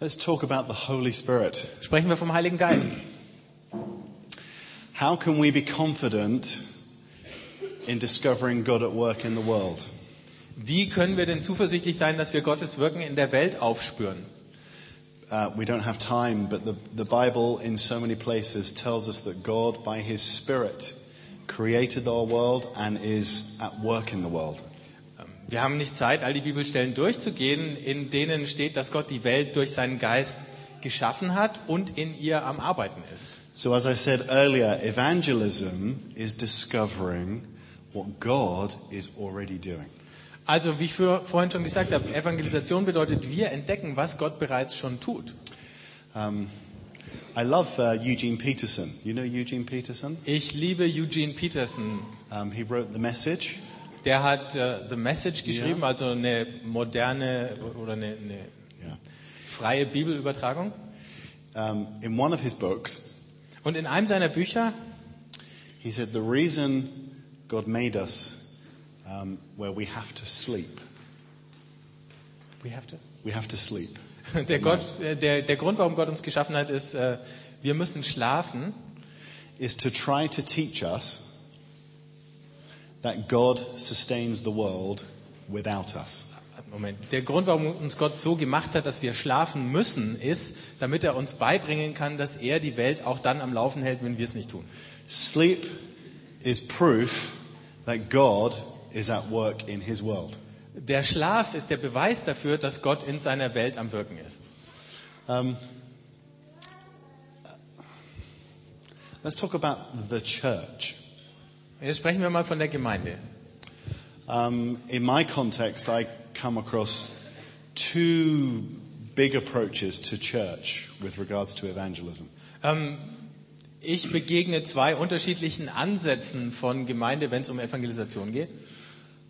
Let's talk about the Holy Spirit. Sprechen wir vom Heiligen Geist. How can we be confident in discovering God at work in the world? Wie können wir denn zuversichtlich sein, dass wir Gottes Wirken in der Welt aufspüren? Uh, we don't have time, but the, the Bible in so many places tells us that God, by His Spirit, created our world and is at work in the world. Ähm, Wir haben nicht Zeit, all die Bibelstellen durchzugehen, in denen steht, dass Gott die Welt durch seinen Geist geschaffen hat und in ihr am Arbeiten ist. So, as I said earlier, evangelism is discovering what God is already doing. Also, wie ich für, vorhin schon gesagt habe, Evangelisation bedeutet, wir entdecken, was Gott bereits schon tut. I love uh, Eugene Peterson. You know Eugene Peterson? Ich liebe Eugene Peterson. Um, he wrote The Message. Der hat äh, The Message geschrieben, also eine moderne oder eine, eine freie Bibelübertragung. Um, in one of his books, Und in einem seiner Bücher he said, The reason God made us um, where we have to sleep, We have to. we have to sleep. Der, Gott, äh, der, der Grund, warum Gott uns geschaffen hat, ist, äh, wir müssen schlafen, is to try to teach us that God sustains the world without us. Moment. Der Grund, warum uns Gott so gemacht hat, dass wir schlafen müssen, ist, damit er uns beibringen kann, dass er die Welt auch dann am Laufen hält, wenn wir es nicht tun. Sleep is proof that God is at work in his world. Der Schlaf ist der Beweis dafür, dass Gott in seiner Welt am Wirken ist. Let's talk about the church. Jetzt sprechen wir mal von der Gemeinde. Um, in my context, I come across two big approaches to church with regards to evangelism. Ich begegne zwei unterschiedlichen Ansätzen von Gemeinde, wenn es um Evangelisation geht.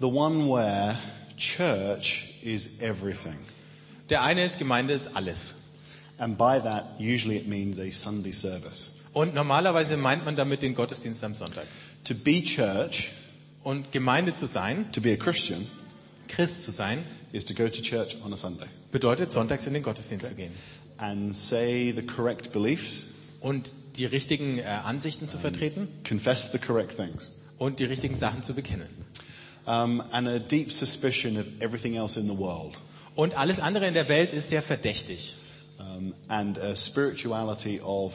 The one where church is everything. Der eine ist, Gemeinde ist alles. And by that, usually it means a Sunday service. Und normalerweise meint man damit den Gottesdienst am Sonntag. To be church, Und Gemeinde zu sein, to be a Christian, Christ zu sein, is to go to church on a Sunday bedeutet sonntags in den Gottesdienst zu gehen. and say the correct beliefs, und die richtigen äh, Ansichten zu vertreten confess the correct things, und die richtigen Sachen zu bekennen. um, and a deep suspicion of everything else in the world, Und alles andere in der Welt ist sehr verdächtig. um, and a spirituality of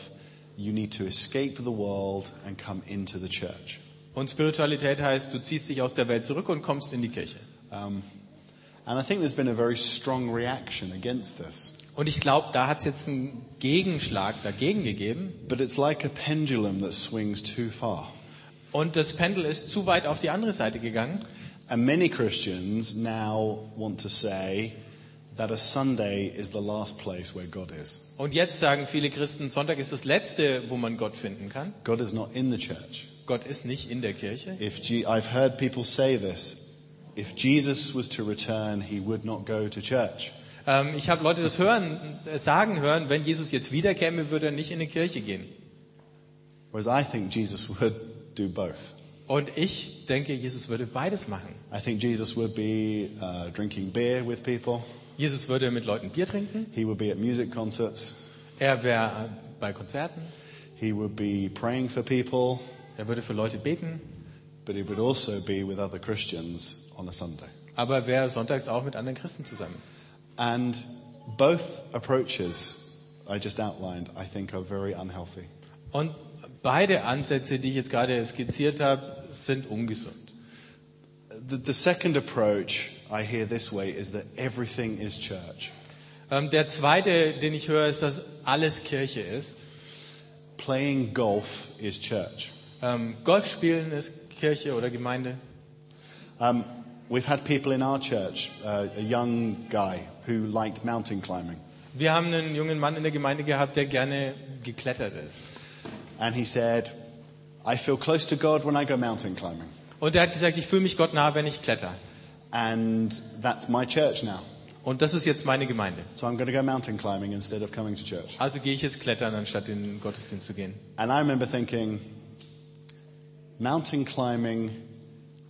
you need to escape the world and come into the church. Und Spiritualität heißt, du ziehst dich aus der Welt zurück und kommst in die Kirche. Um, And I think there's been a very strong reaction against this. Und ich glaube, da hat es jetzt einen Gegenschlag dagegen gegeben. But it's like a pendulum that swings too far. Und das Pendel ist zu weit auf die andere Seite gegangen. And many Christians now want to say that a Sunday is the last place where God is. Und jetzt sagen viele Christen, Sonntag ist das Letzte, wo man Gott finden kann. God is not in the church. Gott ist nicht in der Kirche. If Je- I've heard people say this. If Jesus was to return, he would not go to church. Ähm, ich habe Leute das hören, äh, sagen hören, wenn Jesus jetzt wiederkäme, würde er nicht in die Kirche gehen. Whereas I think Jesus would do both. Und ich denke, Jesus würde beides machen. I think Jesus would be uh, drinking beer with people. Jesus würde mit Leuten Bier trinken, He would be at music concerts. er wäre äh, bei Konzerten, He would be praying for people. er würde für Leute beten, But he would also be with other Christians on a Sunday. aber er wäre sonntags auch mit anderen Christen zusammen. And both approaches I just outlined, I think, are very unhealthy. Und beide Ansätze, die ich jetzt gerade skizziert habe, sind ungesund. The, the second approach I hear this way is that everything is church. Ähm, der zweite, den ich höre, ist, dass alles Kirche ist. Playing golf is church. Ähm, Golf spielen ist Kirche oder Gemeinde. Um, we've had people in our church, uh, a young guy who liked mountain climbing, Wir haben einen jungen Mann in der Gemeinde gehabt, der gerne geklettert ist. and he said, I feel close to God when I go mountain climbing. Und er hat gesagt, ich fühle mich Gott nah, wenn ich kletter. And that's my church now. Und das ist jetzt meine Gemeinde. So I'm going to go mountain climbing instead of coming to church. Also gehe ich jetzt klettern, anstatt in den Gottesdienst zu gehen. And I remember thinking, mountain climbing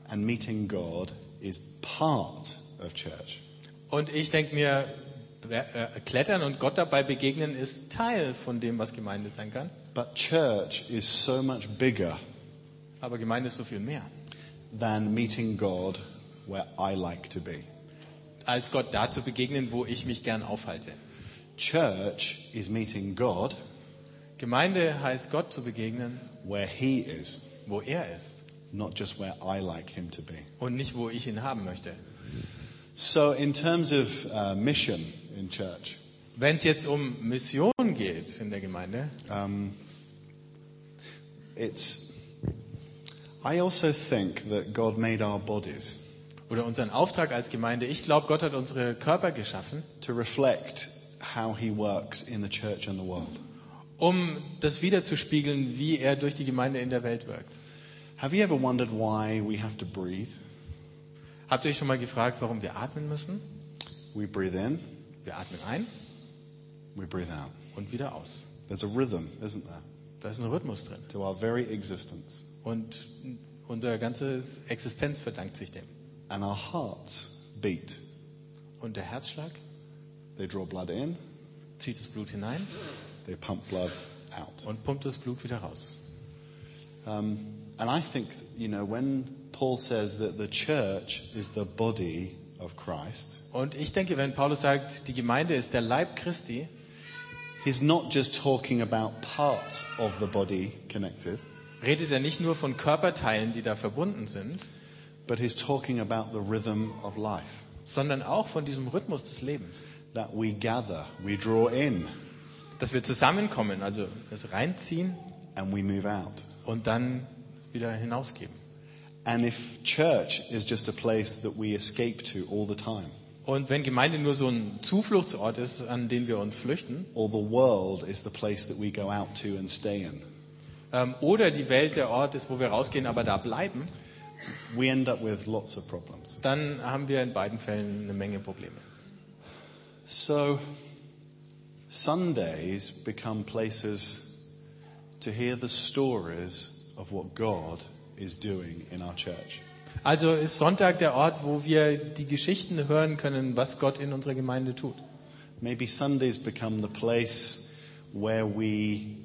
and meeting God is part of church. Und ich denke mir, äh, klettern und Gott dabei begegnen, ist Teil von dem, was Gemeinde sein kann. But church is so much bigger Aber Gemeinde ist so viel mehr. than meeting God where I like to be. Als Gott da zu begegnen, wo ich mich gern aufhalte. Church is meeting God Gemeinde heißt Gott zu begegnen, where He is, wo er ist not just where I like Him to be. und nicht, wo ich ihn haben möchte. So, in terms of uh, mission in church, Wenn es jetzt um Mission geht in der Gemeinde, um, it's. I also think that God made our bodies oder unseren Auftrag als Gemeinde, ich glaube, Gott hat unsere Körper geschaffen, to reflect how He works in the church and the world. um das wiederzuspiegeln, wie er durch die Gemeinde in der Welt wirkt. Have you ever wondered why we have to breathe? Habt ihr euch schon mal gefragt, warum wir atmen müssen? We breathe in, Wir atmen ein we breathe out. und wieder aus. There's a rhythm, isn't there, Da ist ein Rhythmus drin. to our very existence. Und unsere ganze Existenz verdankt sich dem. And our hearts beat. Und der Herzschlag They draw blood in, zieht das Blut hinein they pump blood out. und pumpt das Blut wieder raus. Um, and I think, you know, when Paul says that the church is the body of Christ, Und ich denke, wenn Paulus sagt, die Gemeinde ist der Leib Christi, he's not just talking about parts of the body connected, redet er nicht nur von Körperteilen, die da verbunden sind, but he's talking about the rhythm of life. sondern auch von diesem Rhythmus des Lebens. That we gather, we draw in, Dass wir zusammenkommen, also es reinziehen and we move out. und dann es wieder hinausgeben. And if church is just a place that we escape to all the time, Und wenn Gemeinde nur so ein Zufluchtsort ist, an den wir uns flüchten, or the world is the place that we go out to and stay in, ähm, oder die Welt der Ort ist, wo wir rausgehen, aber da bleiben, we end up with lots of problems. dann haben wir in beiden Fällen eine Menge Probleme. So, Sundays become places to hear the stories of what God is doing in our church. Also ist Sonntag der Ort, wo wir die Geschichten hören können, was Gott in unserer Gemeinde tut. Maybe Sundays become the place where we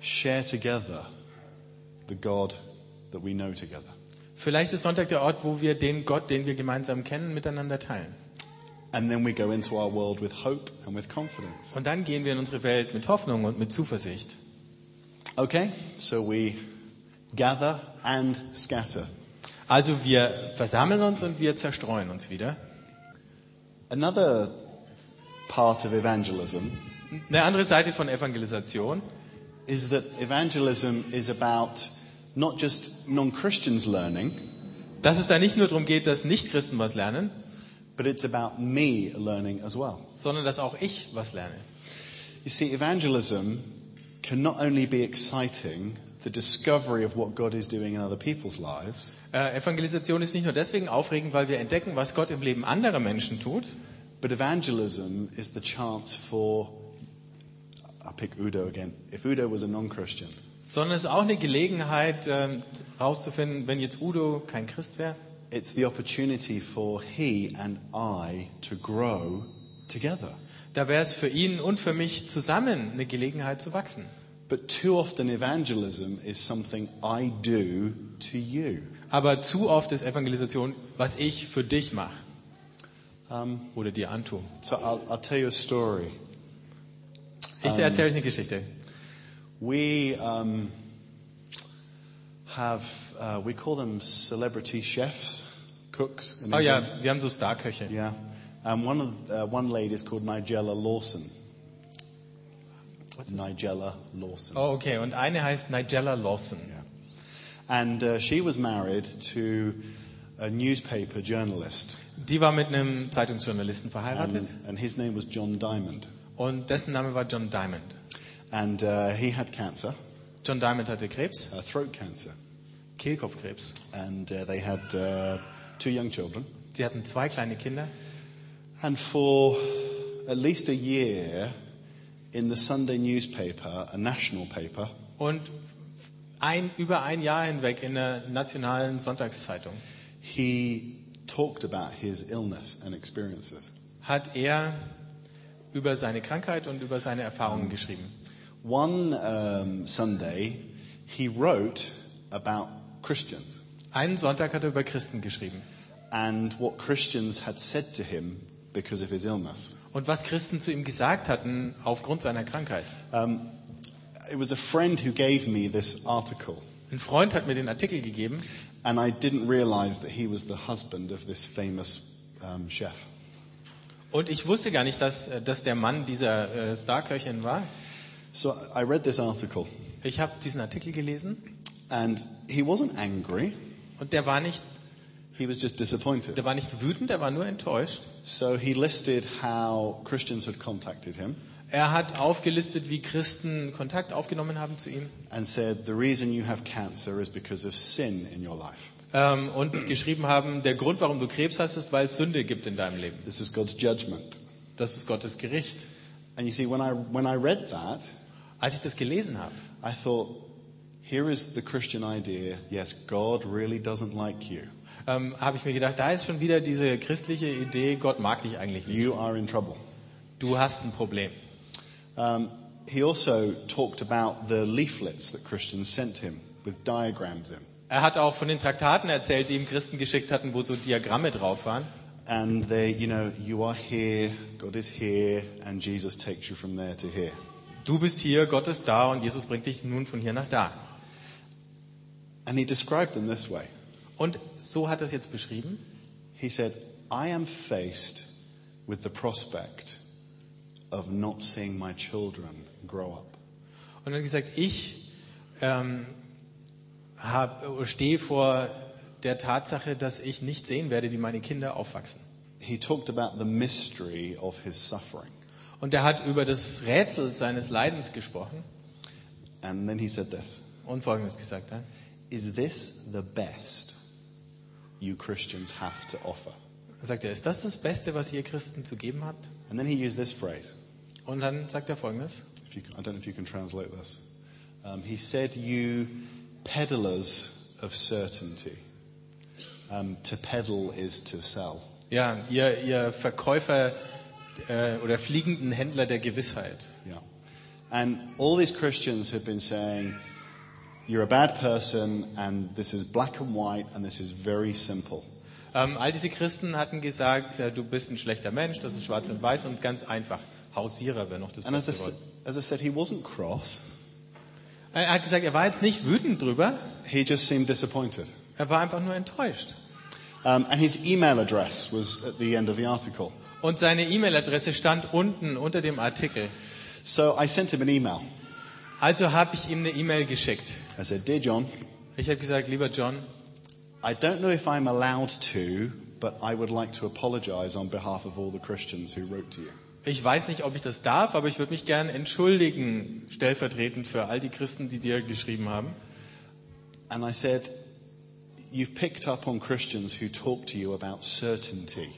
share together the God that we know together. Vielleicht ist Sonntag der Ort, wo wir den Gott, den wir gemeinsam kennen, miteinander teilen. And then we go into our world with hope and with confidence. Und dann gehen wir in unsere Welt mit Hoffnung und mit Zuversicht. Okay, so we gather and scatter. Also wir versammeln uns und wir zerstreuen uns wieder. Another part of evangelism Eine andere Seite von Evangelisation is that evangelism is about not just non Christians learning, dass es da nicht nur darum geht, dass Nichtchristen was lernen, but it's about me learning as well. sondern dass auch ich was lerne. You see, evangelism can not only be exciting, the discovery of what God is doing in other people's lives, Äh, Evangelisation ist nicht nur deswegen aufregend, weil wir entdecken, was Gott im Leben anderer Menschen tut, but evangelism is the chance for. I pick Udo again. If Udo was a non Christian, sondern es ist auch eine Gelegenheit ähm, herauszufinden, wenn jetzt Udo kein Christ wäre, it's the opportunity for he and I to grow together. da wäre es für ihn und für mich zusammen eine Gelegenheit zu wachsen. But too often, evangelism is something I do to you. Aber zu oft ist Evangelisation, was ich für dich mache Um, oder dir antue. so I'll, I'll tell you a story. Ich erzähle euch eine Geschichte. We um, have, uh, we call them celebrity chefs, cooks. In Oh ja, England. wir haben so Starköche. Yeah. And one, of, uh, one lady is called Nigella Lawson. Nigella Lawson. Oh okay, und eine heißt Nigella Lawson. Yeah. And uh, she was married to a newspaper journalist. Die war mit einem Zeitungsjournalisten verheiratet And, and his name was John Diamond. und dessen Name war John Diamond. And uh, he had cancer, John Diamond hatte Krebs, uh, throat cancer. Kehlkopfkrebs. And uh, they had uh, two young children. Sie hatten zwei kleine Kinder. And for at least a year, in the Sunday newspaper, a national paper, Und ein, über ein Jahr hinweg in der nationalen Sonntagszeitung he talked about his illness and experiences. hat er über seine Krankheit und über seine Erfahrungen geschrieben. One um, Sunday, he wrote about Christians Einen Sonntag hat er über Christen geschrieben and what Christians had said to him because of his illness. und was Christen zu ihm gesagt hatten aufgrund seiner Krankheit. It was a friend who gave me this article, Ein Freund hat mir den Artikel gegeben and I didn't realize that he was the husband of this famous um, chef. und ich wusste gar nicht, dass, äh, dass der Mann dieser äh, Starköchin war. So I read this article, Ich habe diesen Artikel gelesen and he wasn't angry, und der war nicht, he was just disappointed. der war nicht wütend, der war nur enttäuscht. So he listed how Christians had contacted him Er hat aufgelistet, wie Christen Kontakt aufgenommen haben zu ihm and said, The reason you have cancer is because of sin in your life. ähm, und geschrieben haben, der Grund, warum du Krebs hast, ist, weil es Sünde gibt in deinem Leben. This is God's judgment. Das ist Gottes Gericht. And you see, when I, when I read that, Als ich das gelesen habe, I thought, here is the Christian idea. Yes, God really doesn't like you. ähm, habe ich mir gedacht, da ist schon wieder diese christliche Idee, Gott mag dich eigentlich nicht. You are in trouble. Du hast ein Problem. Um, he also talked about the leaflets that Christians sent him with diagrams in. Er hat auch von den Traktaten erzählt, die ihm Christen geschickt hatten, wo so Diagramme drauf waren. And they, you know, you are here, God is here, and Jesus takes you from there to here. Du bist hier, Gott ist da und Jesus bringt dich nun von hier nach da. And he described them this way. Und so hat er es jetzt beschrieben. He said, I am faced with the prospect of not seeing my children grow up. Und er hat gesagt, ich ähm, hab- äh, stehe vor der Tatsache, dass ich nicht sehen werde, wie meine Kinder aufwachsen. He talked about the mystery of his suffering. Und er hat über das Rätsel seines Leidens gesprochen And then he said this und Folgendes gesagt. Ja? Is this the best you Christians have to offer? Dann sagt er, ist das das Beste, was ihr Christen zu geben habt? And then he used this phrase. Und dann sagt er Folgendes. If you, can- I don't know if you can translate this. Um, he said, You peddlers of certainty. Um, to peddle is to sell. Ja, ihr, ihr Verkäufer äh, oder fliegenden Händler der Gewissheit. Yeah. And all these Christians have been saying, You're a bad person, and this is black and white, and this is very simple. Ähm, all diese Christen hatten gesagt, äh, du bist ein schlechter Mensch, das ist schwarz und weiß und ganz einfach. Hausierer wäre noch das And as I, beste s- Wort. as I said, he wasn't cross, Er hat gesagt, er war jetzt nicht wütend drüber, he just seemed disappointed. er war einfach nur enttäuscht. Um, and his email address was at the end of the article. Und seine E-Mail-Adresse stand unten unter dem Artikel. So I sent him an email. Also habe ich ihm eine E-Mail geschickt. I said, Dear John, Ich habe gesagt, lieber John, I don't know if I'm allowed to, but I would like to apologize on behalf of all the Christians who wrote to you. Ich weiß nicht, ob ich das darf, aber ich würde mich gern entschuldigen, stellvertretend für all die Christen, die dir geschrieben haben. And I said, You've picked up on Christians who talk to you about certainty.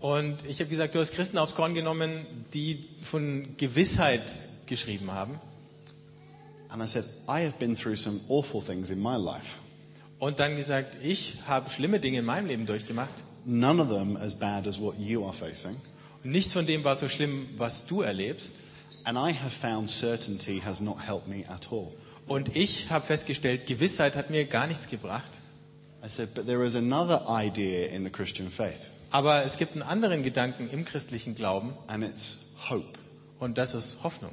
Und ich habe gesagt, du hast Christen aufs Korn genommen, die von Gewissheit geschrieben haben. And I said, I have been through some awful things in my life, Und dann gesagt, ich habe schlimme Dinge in meinem Leben durchgemacht. none of them as bad as what you are facing. Und nichts von dem war so schlimm, was du erlebst. And I have found certainty has not helped me at all. Und ich habe festgestellt, Gewissheit hat mir gar nichts gebracht. I said, But there is another idea in the Christian faith, Aber es gibt einen anderen Gedanken im christlichen Glauben and it's hope. und das ist Hoffnung.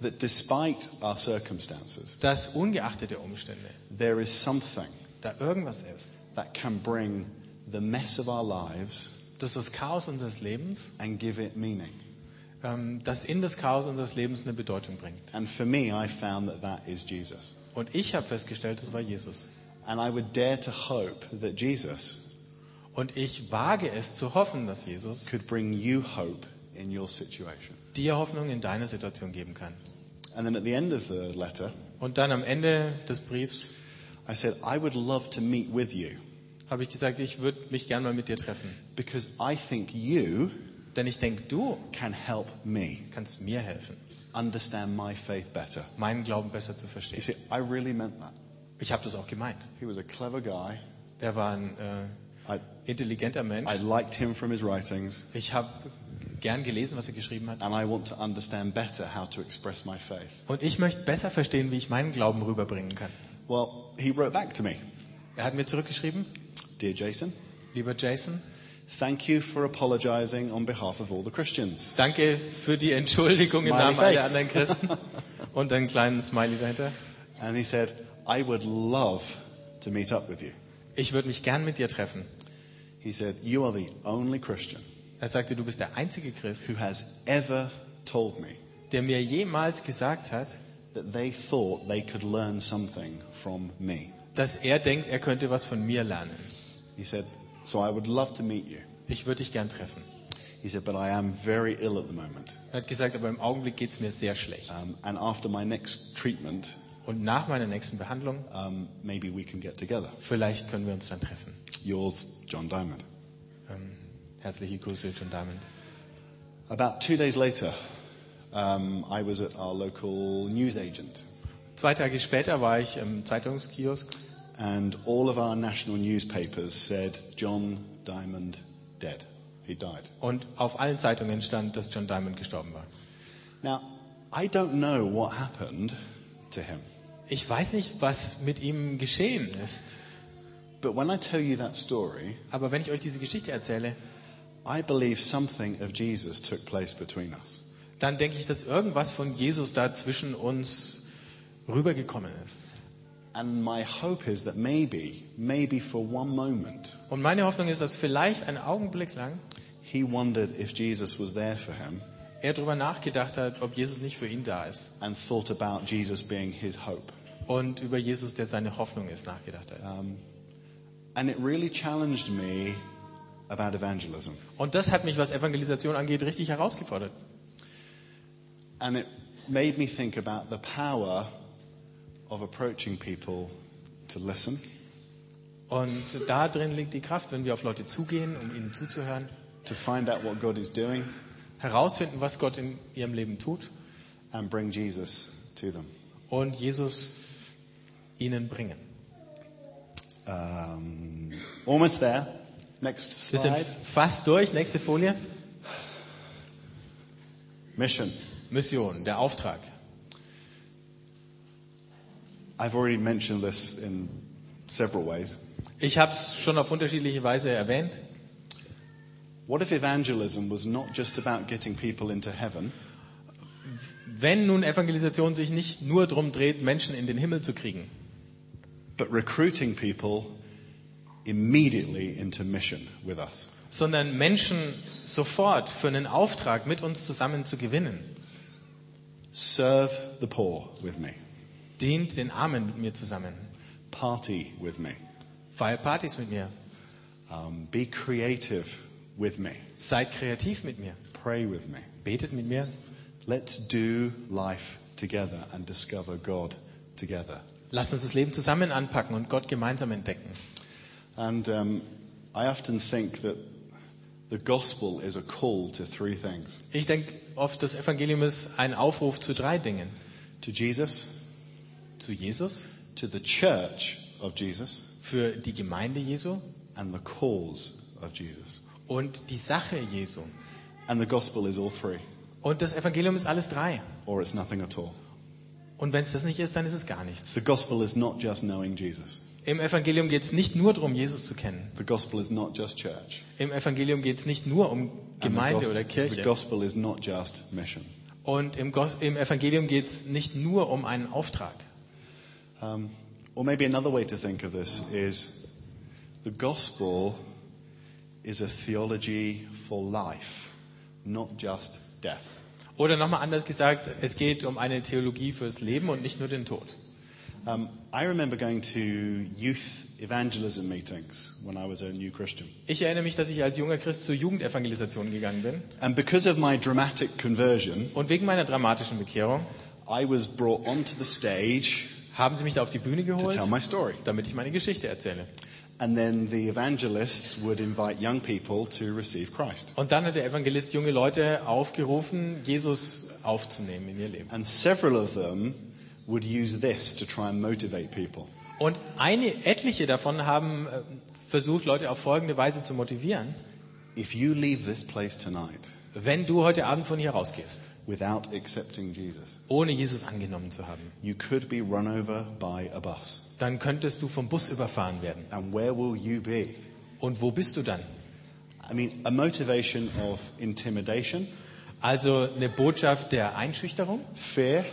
That despite our circumstances, Dass ungeachtet der Umstände there is something da irgendwas ist. that can bring the mess of our lives dass das Chaos unseres Lebens, and give it meaning. ähm, das in das Chaos unseres Lebens eine Bedeutung bringt. And for me, I found that that is Jesus. Und ich habe festgestellt, das war Jesus. And I would dare to hope that Jesus Und ich wage es zu hoffen, dass Jesus could bring you hope in your situation. dir Hoffnung in deiner Situation geben kann. And then at the end of the letter, Und dann am Ende des Briefs I said, I would love to meet with you habe ich gesagt, ich würde mich gern mal mit dir treffen. because I think you Denn ich denke, du can help me kannst mir helfen, understand my faith better. meinen Glauben besser zu You verstehen. see, I really meant that. Ich habe das auch gemeint. He was a clever guy, Der war ein äh, I, intelligenter Mensch. I liked him from his writings, Ich habe gern gelesen, was er geschrieben hat. and I want to understand better how to express my faith. Und ich möchte besser verstehen, wie ich meinen Glauben rüberbringen kann. Well, he wrote back to me Er hat mir zurückgeschrieben, Dear Jason, lieber Jason, thank you for apologizing on behalf of all the Christians. danke für die Entschuldigung im Smiley Namen aller face. anderen Christen. Und einen kleinen Smiley dahinter. And he said, I would love to meet up with you. Ich würde mich gern mit dir treffen. He said, You are the only Christian Er sagte, du bist der einzige Christ, who has ever told me der mir jemals gesagt hat, that they thought they could learn something from me. dass er denkt, er könnte was von mir lernen. He said, So I would love to meet you. Ich würde dich gern treffen. He said, But I am very ill at the moment. Er hat gesagt, aber im Augenblick geht's mir sehr schlecht. Um, and after my next treatment, Und nach meiner nächsten Behandlung, um, maybe we can get together. vielleicht können wir uns dann treffen. Yours, John Diamond. Ähm, herzliche Grüße, John Diamond. About two days later, um, I was at our local newsagent, Zwei Tage später war ich im Zeitungskiosk and all of our national newspapers said John Diamond dead. He died. und auf allen Zeitungen stand, dass John Diamond gestorben war. Now, I don't know what happened to him, Ich weiß nicht, was mit ihm geschehen ist, but when I tell you that story, aber wenn ich euch diese Geschichte erzähle, I believe something of Jesus took place between us. dann denke ich, dass irgendwas von Jesus da zwischen uns rübergekommen ist. And my hope is that maybe, maybe for one moment, Und meine Hoffnung ist, dass vielleicht einen Augenblick lang he wondered if Jesus was there for him er darüber nachgedacht hat, ob Jesus nicht für ihn da ist and thought about Jesus being his hope. und über Jesus, der seine Hoffnung ist, nachgedacht hat. And it really challenged me about evangelism. Und das hat mich, was Evangelisation angeht, richtig herausgefordert. And it made me think about the power of approaching people to listen, Und da drin liegt die Kraft, wenn wir auf Leute zugehen, um ihnen zuzuhören, to find out what God is doing, herausfinden, was Gott in ihrem Leben tut and bring Jesus to them. und Jesus ihnen bringen. Um, almost there. Next Wir sind slide. fast durch. Nächste Folie. Mission. Mission, der Auftrag. I've already mentioned this in several ways. Ich habe es schon auf unterschiedliche Weise erwähnt. What if evangelism was not just about getting people into heaven, Wenn nun Evangelisation sich nicht nur darum dreht, Menschen in den Himmel zu kriegen, but recruiting people immediately into mission with us? sondern Menschen sofort für einen Auftrag mit uns zusammen zu gewinnen, Serve the poor with me. dient den Armen mit mir zusammen, Party with me. feiert Partys mit mir, Um, be creative with me. seid kreativ mit mir, Pray with me. betet mit mir, Let's do life together and discover God together. lasst uns das Leben zusammen anpacken und Gott gemeinsam entdecken. And um, I often think that the gospel is a call to three things Ich denke oft, das Evangelium ist ein Aufruf zu drei Dingen. to Jesus, Zu Jesus, to the church of Jesus, für die Gemeinde Jesu and the cause of Jesus. und die Sache Jesu. And the gospel is all three, Und das Evangelium ist alles drei. or it's nothing at all. Und wenn es das nicht ist, dann ist es gar nichts. The gospel is not just knowing Jesus, Im Evangelium geht es nicht nur darum, Jesus zu kennen. the gospel is not just church. Im Evangelium geht es nicht nur um And the Gemeinde gos- oder the Kirche. gospel is not just mission. Und im, Gos- im Evangelium geht es nicht nur um einen Auftrag. Um, Or maybe another way to think of this is the gospel is a theology for life, not just death. Oder nochmal anders gesagt, es geht um eine Theologie fürs Leben und nicht nur den Tod. Um, I remember going to youth evangelism meetings when I was a new Christian. Ich erinnere mich, dass ich als junger Christ zur Jugendevangelisation gegangen bin. And because of my dramatic conversion, Und wegen meiner dramatischen Bekehrung I was brought onto the stage haben sie mich da auf die Bühne to geholt, tell my story. damit ich meine Geschichte erzähle. And then the evangelists would invite young people to receive Christ. Und dann hat der Evangelist junge Leute aufgerufen, Jesus aufzunehmen in ihr Leben. And several of them would use this to try and motivate people. Und eine, etliche davon haben äh, versucht, Leute auf folgende Weise zu motivieren. If you leave this place tonight Wenn du heute Abend von hier rausgehst, without accepting Jesus, ohne Jesus angenommen zu haben, you could be run over by a bus. dann könntest du vom Bus überfahren werden. And where will you be? Und wo bist du dann? I mean, a motivation of intimidation, Also eine Botschaft der Einschüchterung, fear,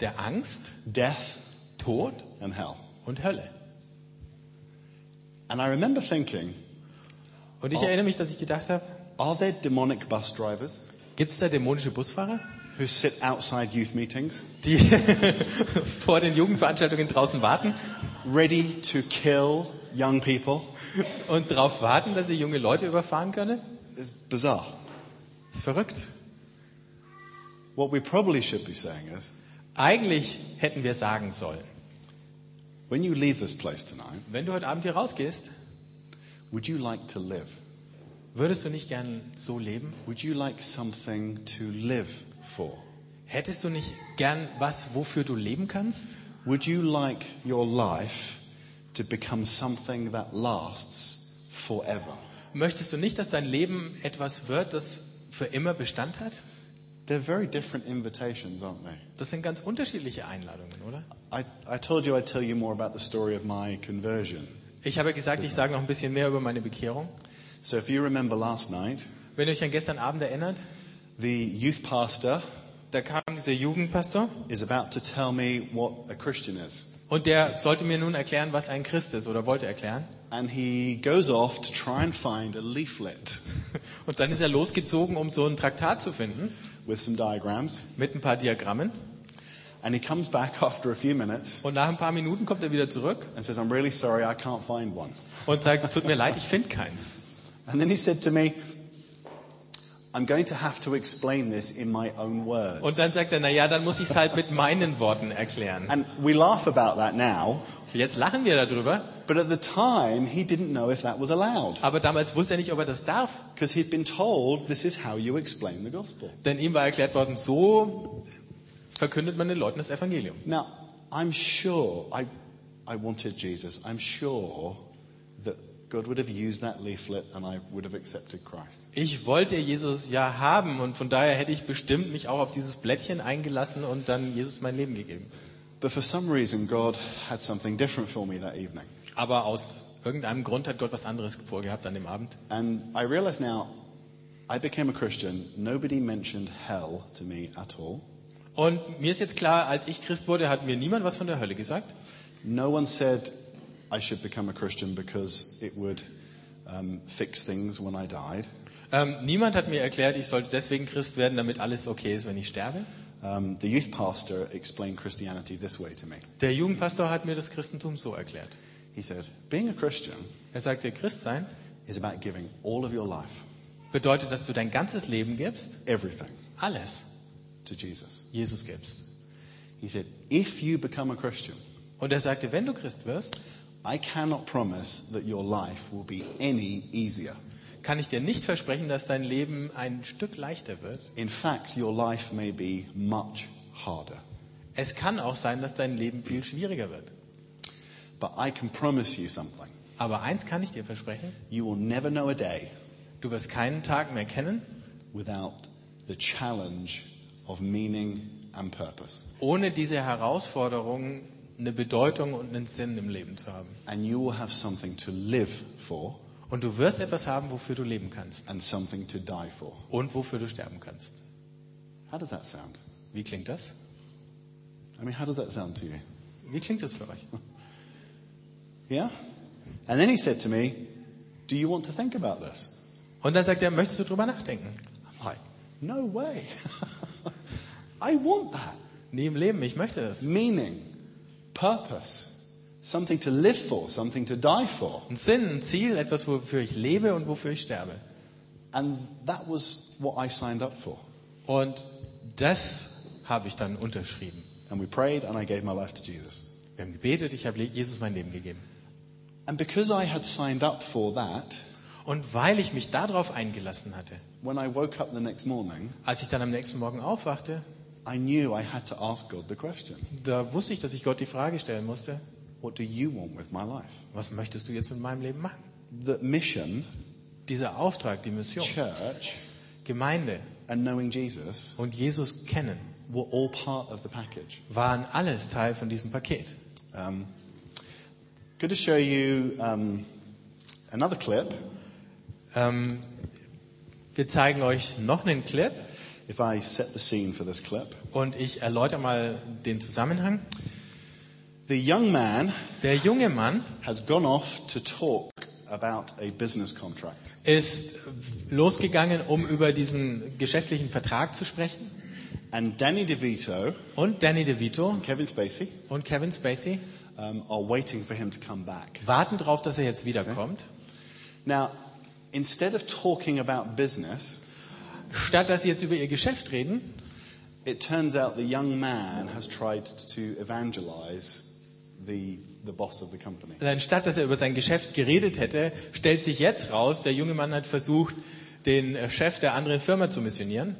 der Angst, death, Tod and hell. und Hölle. And I remember thinking, Und ich erinnere mich, dass ich gedacht habe, are there demonic bus drivers gibt es da dämonische Busfahrer, who sit outside youth meetings die vor den Jugendveranstaltungen draußen warten ready to kill young people? und darauf warten, dass sie junge Leute überfahren können? It's bizarre. ist verrückt. What we probably should be saying is, Eigentlich hätten wir sagen sollen, when you leave this place tonight, wenn du heute Abend hier rausgehst, would you like to live? würdest du nicht gern so leben? Would you like something to live for? Hättest du nicht gern was, wofür du leben kannst? Would you like your life to become something that lasts forever? Möchtest du nicht, dass dein Leben etwas wird, das für immer Bestand hat? They're very different invitations, aren't they? Das sind ganz unterschiedliche Einladungen, oder? I, I told you I'd tell you more about the story of my conversion. Ich habe gesagt, ich sage noch ein bisschen mehr über meine Bekehrung. So if you remember last night, Wenn ihr euch an gestern Abend erinnert, the youth pastor da kam dieser Jugendpastor is about to tell me what a Christian is. und der sollte mir nun erklären, was ein Christ ist oder wollte erklären. And he goes off to try and find a leaflet Und dann ist er losgezogen, um so ein Traktat zu finden with some diagrams. mit ein paar Diagrammen. And he comes back after a few minutes Und nach ein paar Minuten kommt er wieder zurück and says, I'm really sorry, I can't find one. und sagt, tut mir leid, ich finde keins. And then he said to me, I'm going to have to explain this in my own words. Und dann sagt er, na ja, dann muss ich es halt mit meinen Worten erklären. and we laugh about that now, Jetzt lachen wir darüber, but at the time he didn't know if that was allowed aber damals wusste er nicht, ob er das darf. because he'd been told this is how you explain the gospel. Denn ihm war erklärt worden, so verkündet man den Leuten das Evangelium. Now, I'm sure I, I wanted Jesus. I'm sure that God would have used that leaflet and I would have accepted Christ. Ich wollte Jesus ja haben und von daher hätte ich bestimmt mich auch auf dieses Blättchen eingelassen und dann Jesus mein Leben gegeben. But for some reason, God had something different for me that evening. Aber aus irgendeinem Grund hat Gott was anderes vorgehabt an dem Abend. And I realize now, I became a Christian. Nobody mentioned hell to me at all. Und mir ist jetzt klar, als ich Christ wurde, hat mir niemand was von der Hölle gesagt. No one said I should become a Christian because it would um, fix things when I died. Ähm, niemand hat mir erklärt, ich sollte deswegen Christ werden, damit alles okay ist, wenn ich sterbe. Um, the youth pastor explained Christianity this way to me. Der Jugendpastor hat mir das Christentum so erklärt. He said, Being a Christian Er sagte, Christ sein is about giving all of your life, bedeutet, dass du dein ganzes Leben gibst, everything, alles to Jesus. Jesus gibst. He said, If you become a Christian, Und er sagte, wenn du Christ wirst, I cannot promise that your life will be any easier. kann ich dir nicht versprechen, dass dein Leben ein Stück leichter wird. In fact, your life may be much harder. Es kann auch sein, dass dein Leben viel schwieriger wird. But I can promise you something. Aber eins kann ich dir versprechen, You will never know a day du wirst keinen Tag mehr kennen, without the challenge of meaning and purpose. ohne diese Herausforderung eine Bedeutung und einen Sinn im Leben zu haben. And you will have something to live for Und du wirst etwas haben, wofür du leben kannst and something to die for. und wofür du sterben kannst. How does that sound? Wie klingt das? I mean, how does that sound to you? Wie klingt das für euch? Yeah? And then he said to me, Do you want to think about this? Und dann sagt er, möchtest du drüber nachdenken? I'm like, No way. I want that. Nee, im Leben, ich möchte das. Meaning, purpose, something to live for, something to die for. Ein Sinn, ein Ziel, etwas, wofür ich lebe und wofür ich sterbe. And that was what I signed up for. Und das habe ich dann unterschrieben. And we prayed, and I gave my life to Jesus. Wir haben gebetet, ich habe Jesus mein Leben gegeben. And because I had signed up for that, Und weil ich mich darauf eingelassen hatte, when I woke up the next morning, als ich dann am nächsten Morgen aufwachte, I knew I had to ask God the question da wusste ich, dass ich Gott die Frage stellen musste, What do you want with my life? Was möchtest du jetzt mit meinem Leben machen? The mission, Dieser Auftrag, die Mission, church, Gemeinde and knowing Jesus und Jesus kennen, were all part of the package. waren alles Teil von diesem Paket. Um, going to show you um, another clip. Ähm, wir zeigen euch noch einen Clip If I set the scene for this clip, und ich erläutere mal den Zusammenhang. the young man Der junge Mann has gone off to talk about a business contract. ist losgegangen, um über diesen geschäftlichen Vertrag zu sprechen. And Danny DeVito, Und Danny DeVito Kevin Spacey, und Kevin Spacey um, are waiting for him to come back. warten darauf, dass er jetzt wiederkommt. Now, instead of talking about business, Statt dass sie jetzt über ihr Geschäft reden, it turns out the young man has tried to evangelize the, the boss of the company. dann statt dass er über sein Geschäft geredet hätte, stellt sich jetzt raus, der junge Mann hat versucht, den äh, Chef der anderen Firma zu missionieren.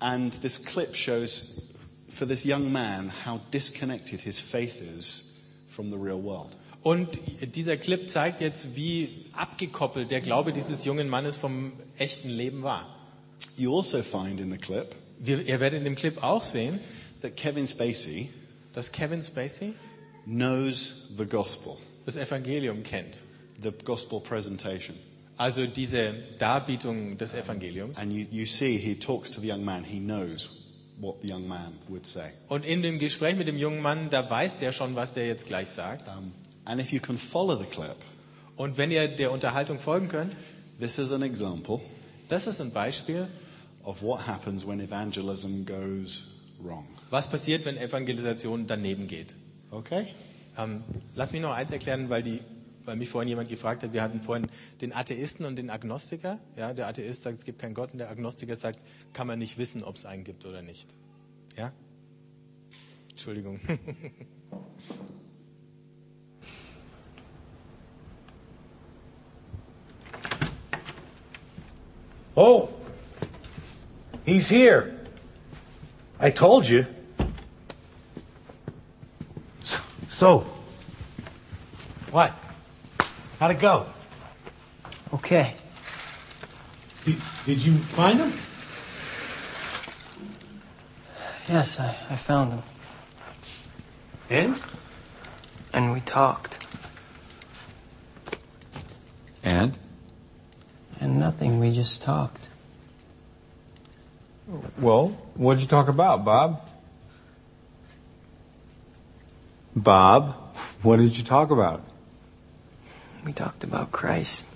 And this clip shows for this young man how disconnected his faith is from the real world. Und dieser Clip zeigt jetzt, wie abgekoppelt der Glaube dieses jungen Mannes vom echten Leben war. You also find in the clip Wir, ihr werdet in dem Clip auch sehen, that Kevin Spacey dass Kevin Spacey knows the gospel, das Evangelium kennt. the gospel presentation. Also diese Darbietung des Evangeliums. And you, you see, he talks to the young man, he knows what the young man would say. Und in dem Gespräch mit dem jungen Mann, da weiß der schon, was der jetzt gleich sagt. Um, and if you can follow the clip, Und wenn ihr der Unterhaltung folgen könnt, this is an example das ist ein Beispiel, of what happens when evangelism goes wrong. was passiert, wenn Evangelisation daneben geht. Okay? Ähm, lass mich noch eins erklären, weil, die, weil mich vorhin jemand gefragt hat, wir hatten vorhin den Atheisten und den Agnostiker. Ja, der Atheist sagt, es gibt keinen Gott und der Agnostiker sagt, kann man nicht wissen, ob es einen gibt oder nicht. Ja? Entschuldigung. Oh, he's here. I told you. So, what? How'd it go? Okay. Did, did you find him? Yes, I, I found him. And? And we talked. And? And nothing, we just talked. Well, what'd you talk about, Bob? Bob, what did you talk about? We talked about Christ.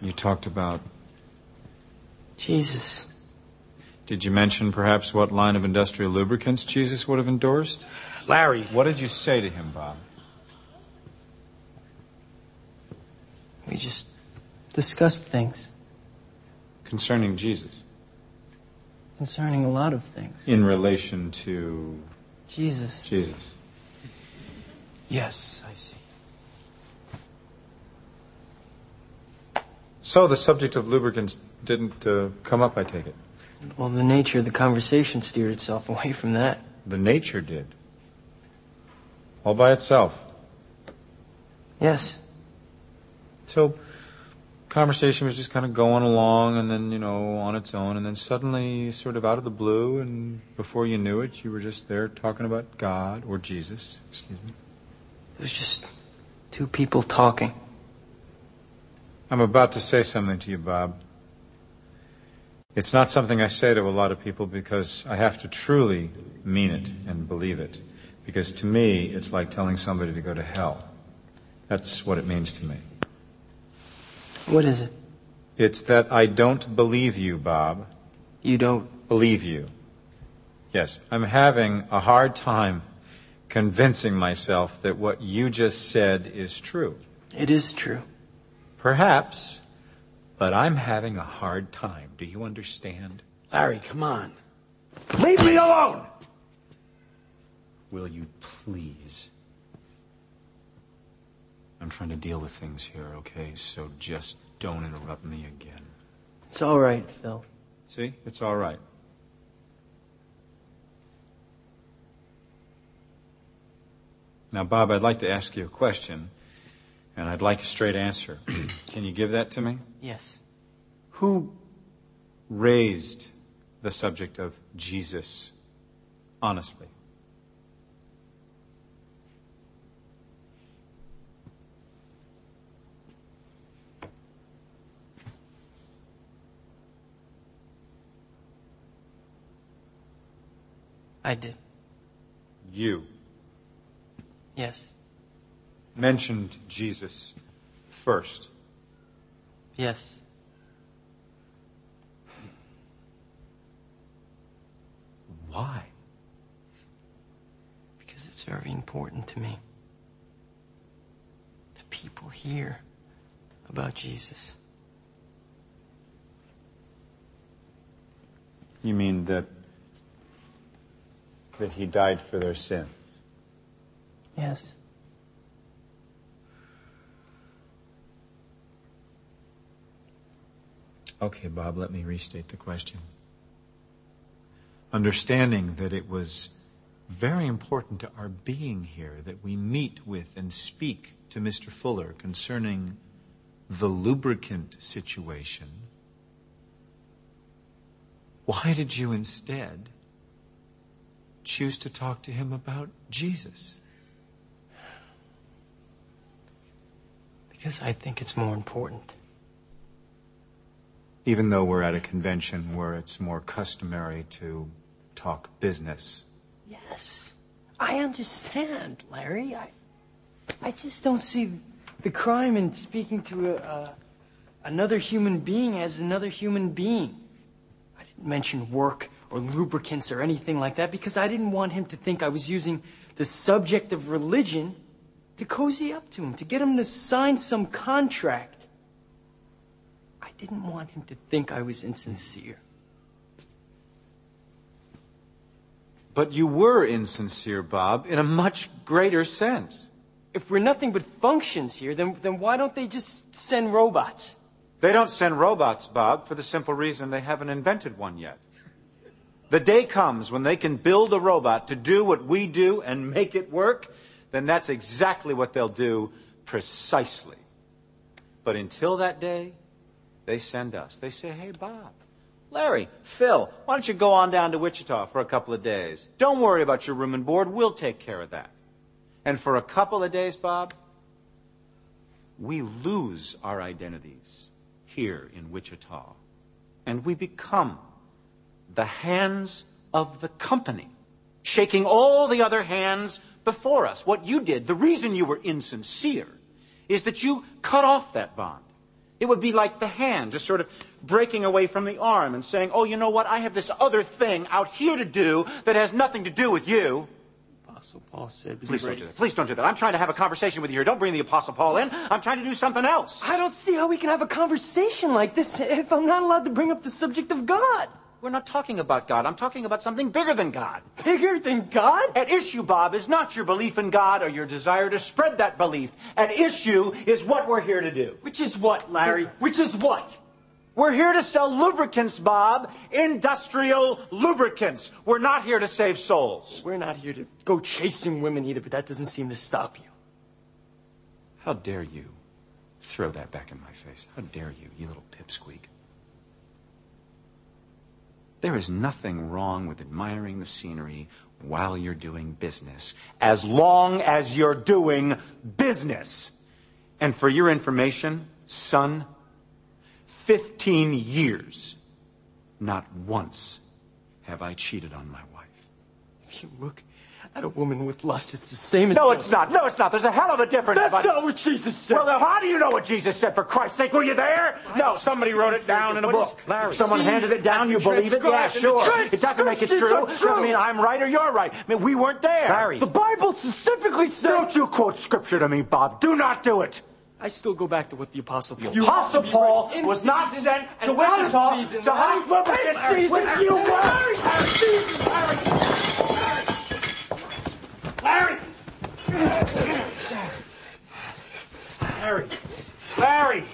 You talked about. Jesus. Did you mention perhaps what line of industrial lubricants Jesus would have endorsed? Larry. What did you say to him, Bob? We just discussed things Concerning Jesus. concerning a lot of things. In relation to Jesus. Jesus. Yes, I see. So the subject of lubricants didn't uh, come up, I take it. Well, the nature of the conversation steered itself away from that. The nature did. All by itself. Yes. So, conversation was just kind of going along, and then you know, on its own, and then suddenly, sort of out of the blue, and before you knew it, you were just there talking about God or Jesus. Excuse me. It was just two people talking. I'm about to say something to you, Bob. It's not something I say to a lot of people because I have to truly mean it and believe it. Because to me, it's like telling somebody to go to hell. That's what it means to me. What is it? It's that I don't believe you, Bob. You don't. believe you. Yes, I'm having a hard time convincing myself that what you just said is true. It is true. Perhaps, but I'm having a hard time. Do you understand? Larry, come on. Leave me alone! Will you please? I'm trying to deal with things here, okay? So just don't interrupt me again. It's all right, Phil. See, it's all right. Now, Bob, I'd like to ask you a question, and I'd like a straight answer. Can you give that to me? Yes. Who raised the subject of Jesus, honestly? I did. You Yes. mentioned Jesus first. Yes. Why? Because it's very important to me. The people hear about Jesus. You mean that that he died for their sins? Yes. Okay, Bob, let me restate the question. Understanding that it was very important to our being here that we meet with and speak to Mr. Fuller concerning the lubricant situation, why did you instead choose to talk to him about Jesus? Because I think it's more important. Even though we're at a convention where it's more customary to talk business. Yes. I understand, Larry. I, I just don't see the crime in speaking to a, a, another human being as another human being. I didn't mention work or lubricants or anything like that because I didn't want him to think I was using the subject of religion to cozy up to him, to get him to sign some contract. I didn't want him to think I was insincere. But you were insincere, Bob, in a much greater sense. If we're nothing but functions here, then, then why don't they just send robots? They don't send robots, Bob, for the simple reason they haven't invented one yet. The day comes when they can build a robot to do what we do and make it work, then that's exactly what they'll do precisely. But until that day, they send us. They say, hey, Bob, Larry, Phil, why don't you go on down to Wichita for a couple of days? Don't worry about your room and board. We'll take care of that. And for a couple of days, Bob, we lose our identities here in Wichita and we become the hands of the company, shaking all the other hands before us. What you did, the reason you were insincere, is that you cut off that bond. It would be like the hand just sort of breaking away from the arm and saying, Oh, you know what? I have this other thing out here to do that has nothing to do with you. Apostle Paul said, Please don't do that. Please don't do that. I'm trying to have a conversation with you here. Don't bring the Apostle Paul in. I'm trying to do something else. I don't see how we can have a conversation like this if I'm not allowed to bring up the subject of God. We're not talking about God. I'm talking about something bigger than God. Bigger than God? At issue, Bob, is not your belief in God or your desire to spread that belief. At issue is what we're here to do. Which is what, Larry? Which is what? We're here to sell lubricants, Bob. Industrial lubricants. We're not here to save souls. We're not here to go chasing women either, but that doesn't seem to stop you. How dare you throw that back in my face? How dare you, you little pipsqueak? There is nothing wrong with admiring the scenery while you're doing business, as long as you're doing business. And for your information, son, 15 years, not once have I cheated on my wife. If you look at a woman with lust, it's the same as. No, it's not. No, it's not. There's a hell of a difference. That's buddy. not what Jesus said. Well, now, how do you know what Jesus said? For Christ's sake, were you there? No, somebody wrote it down in a book. Larry, someone handed it down. You believe it? Yeah, sure. It doesn't make it true. Doesn't mean I'm right or you're right. I mean, we weren't there. Larry, the Bible specifically says. don't you quote scripture to me, Bob. Do not do it. I still go back to what the Apostle Paul. The Apostle Paul In was not season sent to and out of Wichita season, to Larry. hide lubricants In season with you and were. out of Larry! Larry! Larry!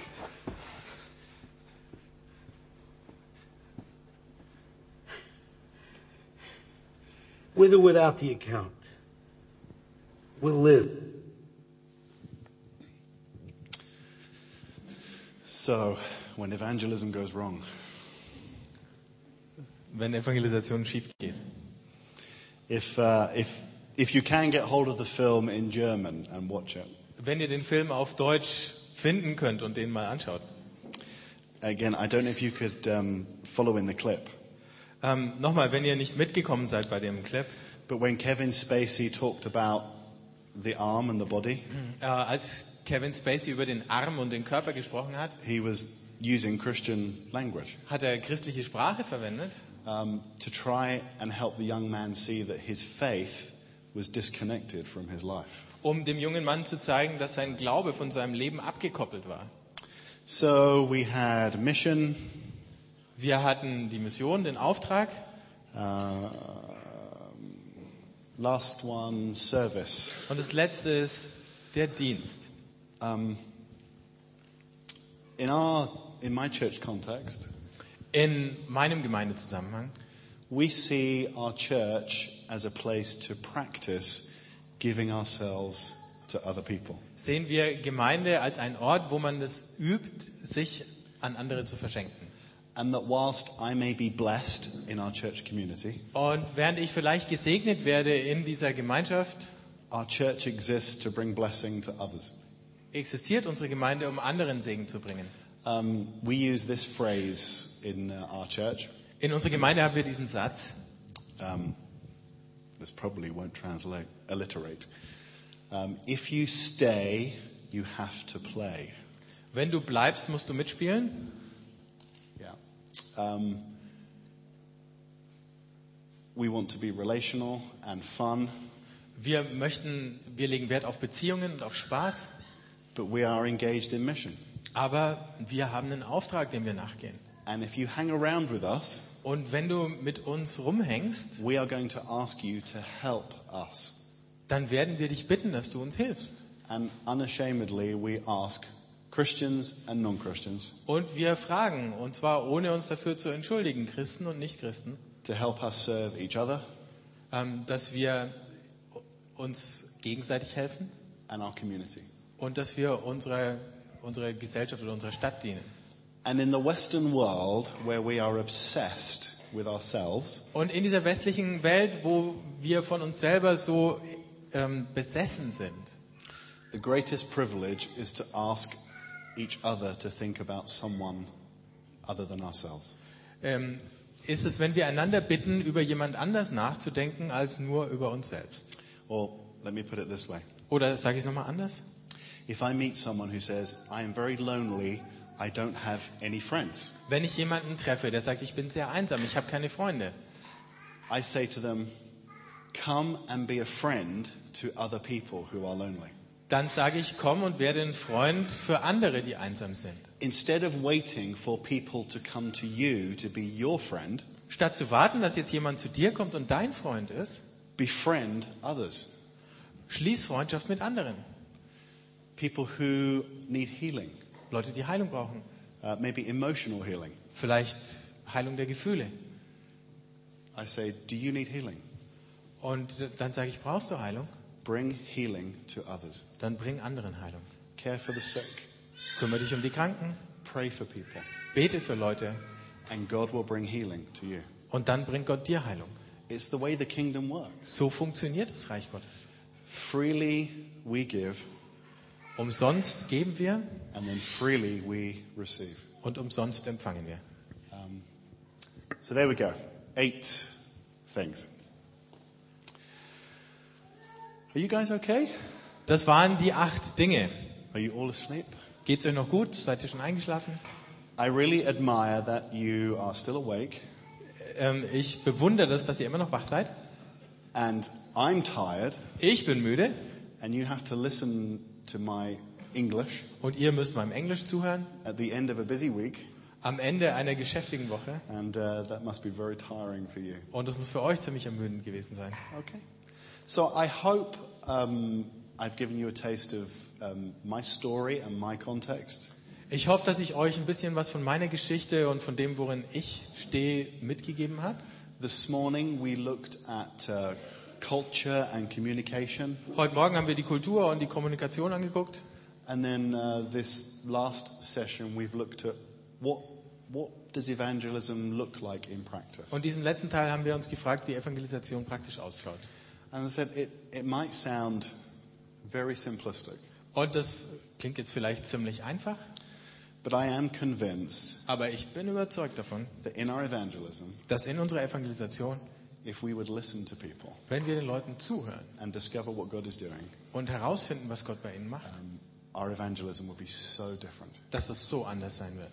with or without the account, will live. So, when evangelism goes wrong, wenn Evangelisation schief geht. if, uh, if, if you can get hold of the film in German and watch it, Wenn ihr den Film auf Deutsch finden könnt und den mal anschaut. again, I don't know if you could um, follow in the clip, Ähm, Nochmal, wenn ihr nicht mitgekommen seid bei dem Clip, but when Kevin Spacey talked about the arm and the body, äh, als Kevin Spacey über den Arm und den Körper gesprochen hat, he was using Christian language hat er christliche Sprache verwendet, um, to try and help the young man see that his faith was disconnected from his life. um dem jungen Mann zu zeigen, dass sein Glaube von seinem Leben abgekoppelt war. So we had mission, Wir hatten die Mission, den Auftrag, uh, last one, service. und das letzte ist der Dienst. In our, in my church context, In meinem Gemeindezusammenhang we see our church as a place to practice giving ourselves to other people. sehen wir Gemeinde als einen Ort, wo man das übt, sich an andere zu verschenken. And that whilst I may be blessed in our church community, Und während ich vielleicht gesegnet werde in dieser Gemeinschaft, our church exists to bring blessing to others. existiert unsere Gemeinde, um anderen Segen zu bringen. Um, we use this phrase in uh, our church. In unserer Gemeinde haben wir diesen Satz, Um, this probably won't translate, alliterate. Um, if you stay, you have to play. wenn du bleibst, musst du mitspielen. Yeah. Um, we want to be relational and fun, Wir möchten, wir legen Wert auf Beziehungen und auf Spaß, but we are engaged in mission. aber wir haben einen Auftrag, dem wir nachgehen. And if you hang around with us, Und wenn du mit uns rumhängst, we are going to ask you to help us. dann werden wir dich bitten, dass du uns hilfst. And unashamedly, we ask Christians and non Christians Und wir fragen, und zwar ohne uns dafür zu entschuldigen, Christen und Nichtchristen, to help us serve each other ähm, dass wir uns gegenseitig helfen and our community. und dass wir unserer, unserer Gesellschaft oder unserer Stadt dienen. And in the Western world, where we are obsessed with ourselves, Und in dieser westlichen Welt, wo wir von uns selber so ähm, besessen sind, the greatest privilege is to ask each other to think about someone other than ourselves. ähm, ist es, wenn wir einander bitten, über jemand anders nachzudenken, als nur über uns selbst. Or let me put it this way Oder sage ich es nochmal anders? if I meet someone who says, I am very lonely, I don't have any friends, Wenn ich jemanden treffe, der sagt, ich bin sehr einsam, ich habe keine Freunde, I say to them, Come and be a friend to other people who are lonely. dann sage ich, komm und werde ein Freund für andere, die einsam sind. Instead of waiting for people to come to you to be your friend, Statt zu warten, dass jetzt jemand zu dir kommt und dein Freund ist, befriend others. schließ Freundschaft mit anderen. People who need healing, Leute, die Heilung brauchen. uh, maybe emotional healing. Vielleicht Heilung der Gefühle. I say, Do you need healing? Und dann sage ich, brauchst du Heilung? Bring healing to others. Dann bring anderen Heilung. Care for the sick. Kümmere dich um die Kranken, Pray for people. bete für Leute And God will bring healing to you. und dann bringt Gott dir Heilung. It's the way the kingdom works. So funktioniert das Reich Gottes. Freely we give, Umsonst geben wir and then freely we receive. und umsonst empfangen wir. So there we go. Eight things. Are you guys okay? Das waren die acht Dinge. Are you all asleep? Geht's euch noch gut? Seid ihr schon eingeschlafen? I really admire that you are still awake, Ähm, ich bewundere das, dass ihr immer noch wach seid. and I'm tired, Ich bin müde and you have to listen to my English und ihr müsst meinem Englisch zuhören. at the end of a busy week. Am Ende einer geschäftigen Woche. And uh, that must be very tiring for you. Und das muss für euch ziemlich ermüdend gewesen sein. Okay. So I hope um, I've given you a taste of um, my story and my context. Ich hoffe, dass ich euch ein bisschen was von meiner Geschichte und von dem, worin ich stehe, mitgegeben habe. This morning we looked at uh, culture and communication. Heute Morgen haben wir die Kultur und die Kommunikation angeguckt. And then uh, this last session we've looked at what, what does evangelism look like in practice? Und diesen letzten Teil haben wir uns gefragt, wie Evangelisation praktisch ausschaut. And I said it, it might sound very simplistic, Und das klingt jetzt vielleicht ziemlich einfach, but I am convinced aber ich bin überzeugt davon, that in our evangelism, dass in unserer Evangelisation, if we would listen to people wenn wir den Leuten zuhören and discover what God is doing, und herausfinden, was Gott bei ihnen macht, our evangelism would be so different. dass das so anders sein wird.